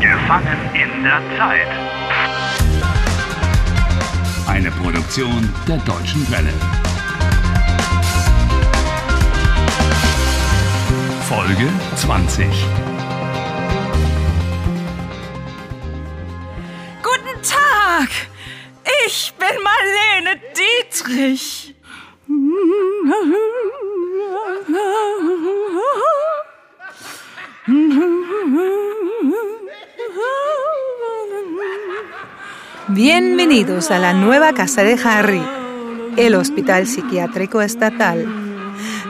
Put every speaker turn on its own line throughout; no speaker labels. Gefangen in der Zeit.
Eine Produktion der Deutschen Welle. Folge 20.
Guten Tag! Ich bin Marlene Dietrich.
Bienvenidos a la nueva casa de Harry, el Hospital Psiquiátrico Estatal.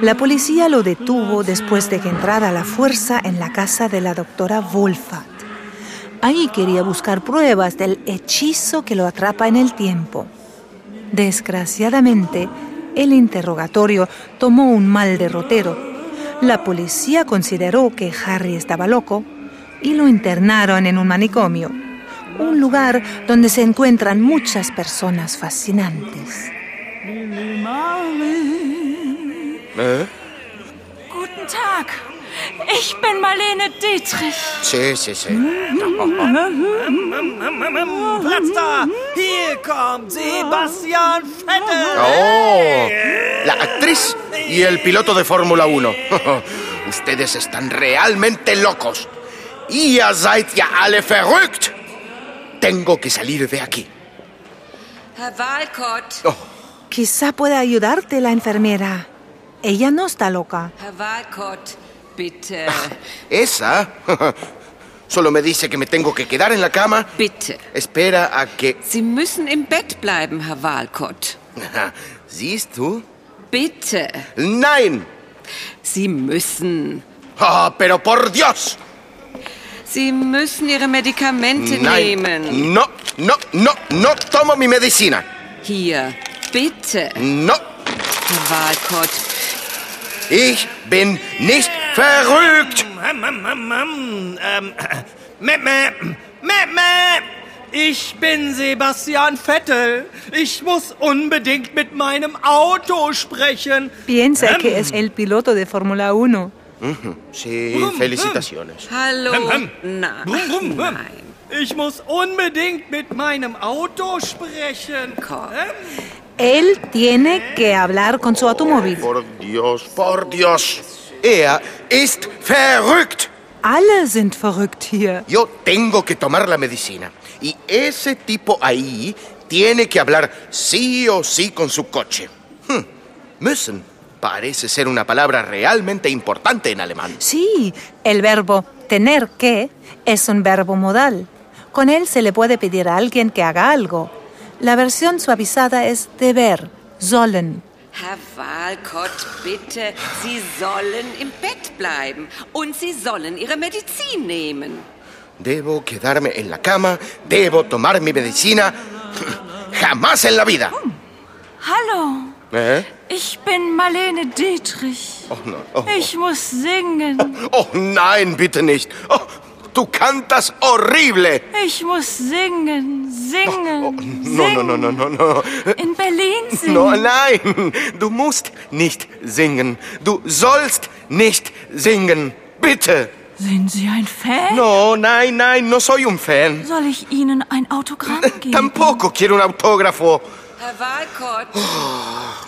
La policía lo detuvo después de que entrara a la fuerza en la casa de la doctora Wolfat. Ahí quería buscar pruebas del hechizo que lo atrapa en el tiempo. Desgraciadamente, el interrogatorio tomó un mal derrotero. La policía consideró que Harry estaba loco y lo internaron en un manicomio, un lugar donde se encuentran muchas personas fascinantes.
Äh?
Guten Tag! Ich bin Marlene Dietrich.
Sí, sí, sí.
Platz da! Hier kommt Sebastian Vettel!
¡Oh! La actriz y el piloto de Fórmula 1. Ustedes están realmente locos. Ihr seid ja alle verrückt. Tengo que salir de aquí.
Herr Walcott,
Quizá pueda ayudarte la enfermera. Ella no está loca.
Herr Walcott, bitte,
Esa solo me dice que me tengo que quedar en la cama.
bitte.
Espera a que...
Sie müssen im Bett bleiben, Herr Walcott.
¿Siehst tú?
Bitte.
Nein.
Sie müssen.
Ah, pero por Dios.
Sie müssen Ihre Medikamente nehmen.
Nein. No, no, no, no tomo mi medicina.
Hier, bitte,
No.
Herr Walcott.
Ich bin nicht verrückt.
Mm, mm, mm, mm, ähm, Meh, meh, meh, meh. Ich bin Sebastian Vettel. Ich muss unbedingt mit meinem Auto sprechen.
Piensa que es el piloto de Fórmula 1.
Sí, felicitaciones.
Hallo.
Hm,
Nein,
Brumm, brumm, brumm.
nein.
Ich muss unbedingt mit meinem Auto sprechen.
Komm.
Ähm,
Él tiene que hablar con su automóvil.
Por Dios, por Dios. Er ist verrückt.
Alle sind verrückt hier.
Yo tengo que tomar la medicina. Y ese tipo ahí tiene que hablar sí o sí con su coche. Hm. Müssen parece ser una palabra realmente importante en alemán.
Sí, el verbo tener que es un verbo modal. Con él se le puede pedir a alguien que haga algo. La versión suavizada es deber, sollen.
Herr Walcott, bitte, Sie sollen im Bett bleiben und Sie sollen Ihre Medizin nehmen.
Debo quedarme en la cama, debo tomar mi medicina. Jamás en la vida.
Hallo,
¿Eh?
ich bin Marlene Dietrich.
Oh, no. Oh, oh.
Ich muss singen.
Oh nein, bitte nicht. Oh, du cantas horrible.
Ich muss singen, singen.
Oh, no, no, no, no, no, no.
In Berlin singen.
No, nein. Du musst nicht singen. Du sollst nicht singen. Bitte.
Sind Sie ein Fan?
No, nein, nein, no soy un fan.
Soll ich Ihnen ein Autogramm geben?
Tampoco quiero un autógrafo.
Herr Walcott,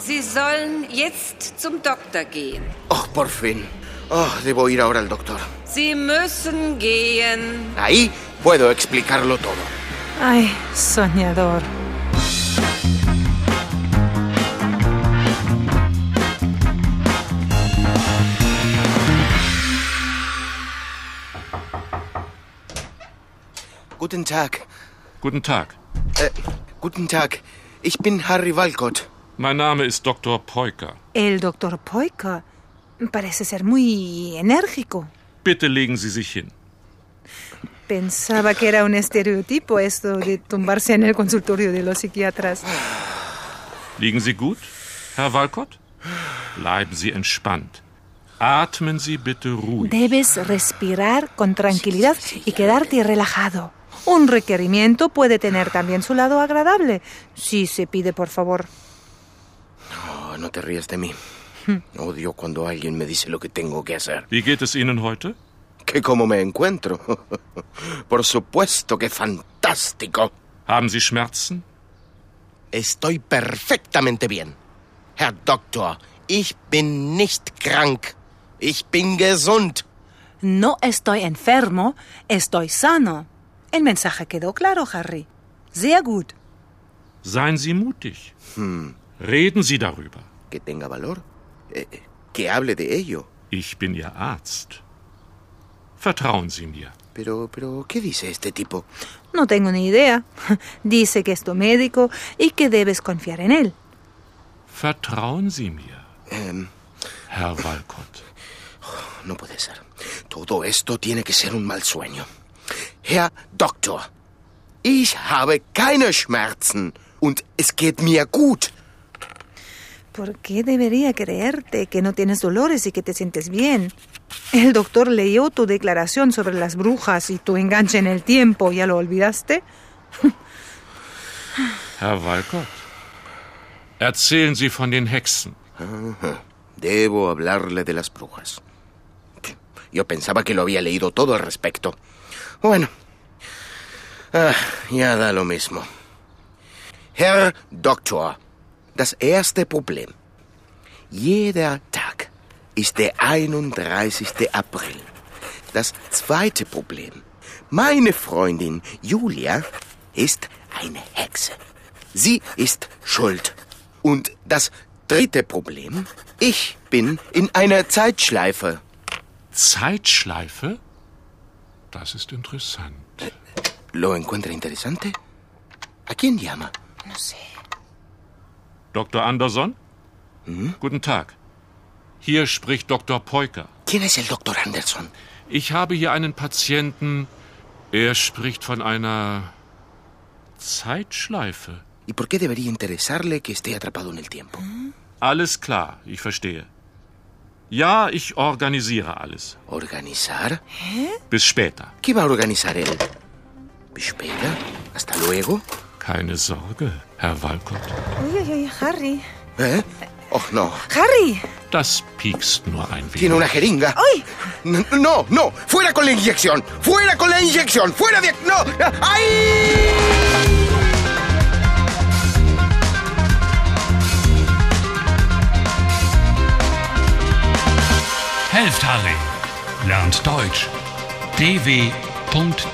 Sie sollen jetzt zum Doktor gehen.
Oh, por fin. Oh, debo ir ahora al doctor.
Sie müssen gehen.
Ahí puedo explicarlo todo.
Ay, soñador.
Guten Tag.
Guten Tag.
Äh, guten Tag. Ich bin Harry Walcott.
Mein Name ist Dr. Peuker.
El doctor Poika parece ser muy enérgico.
Bitte legen Sie sich hin.
Pensaba que era un estereotipo esto de tumbarse en el consultorio de los psiquiatras.
Liegen Sie gut, Herr Walcott? Bleiben Sie entspannt. Atmen Sie bitte ruhig.
Debes respirar con tranquilidad y quedarte relajado. Un requerimiento puede tener también su lado agradable, si se pide por favor.
Oh, no te rías de mí. Odio cuando alguien me dice lo que tengo que hacer.
Wie geht es Ihnen heute?
que cómo me encuentro. Por supuesto que fantástico.
Haben Sie Schmerzen?
Estoy perfectamente bien. Herr Doktor, ich bin nicht krank. Ich bin gesund.
No estoy enfermo, estoy sano. El mensaje quedó claro, Harry. Sehr gut.
Seien Sie mutig. Reden Sie darüber.
Que tenga valor. Eh, que hable de ello.
Ich bin Ihr Arzt. Vertrauen Sie mir.
Pero, pero, ¿qué dice este tipo?
No tengo ni idea. Dice que es tu médico y que debes confiar en él.
Vertrauen Sie mir,
Em,
Herr Walcott.
no puede ser. Todo esto tiene que ser un mal sueño. Herr Doktor, ich habe keine Schmerzen und es geht mir gut.
¿Por qué debería creerte que no tienes dolores y que te sientes bien? El doctor leyó tu declaración sobre las brujas y tu enganche en el tiempo. ¿Ya lo olvidaste?
Herr Walcott, erzählen Sie von den Hexen.
Debo hablarle de las brujas. Yo pensaba que lo había leído todo al respecto. Bueno, ah, ya da lo mismo. Herr Doktor, das erste Problem. Jeder Tag ist der 31. April. Das zweite Problem. Meine Freundin Julia ist eine Hexe. Sie ist schuld. Und das dritte Problem. Ich bin in einer Zeitschleife.
Zeitschleife? Das ist interessant.
¿Lo encuentra interesante? ¿A quién llama?
Dr. Anderson? Guten Tag. Hier spricht Dr. Peuker.
¿Quién es el doctor Anderson?
Ich habe hier einen Patienten. Er spricht von einer Zeitschleife.
¿Y por qué debería interesarle que esté atrapado en el tiempo?
Alles klar, ich verstehe. Ja, ich organisiere alles.
¿Organizar?
Bis später.
¿Qué va a organizar él? Espera, hasta luego.
Keine Sorge, Herr Walcott.
Oye, oye, Harry.
¿Eh? Oh, no.
¡Harry!
Das piekst nur ein
Tiene
wenig.
una jeringa.
¡Ay!
No, no, no. Fuera con la inyección. Fuera con la inyección. Fuera de... No. ¡Ay!
Helft Harry. Lernt Deutsch. dw.com/harry.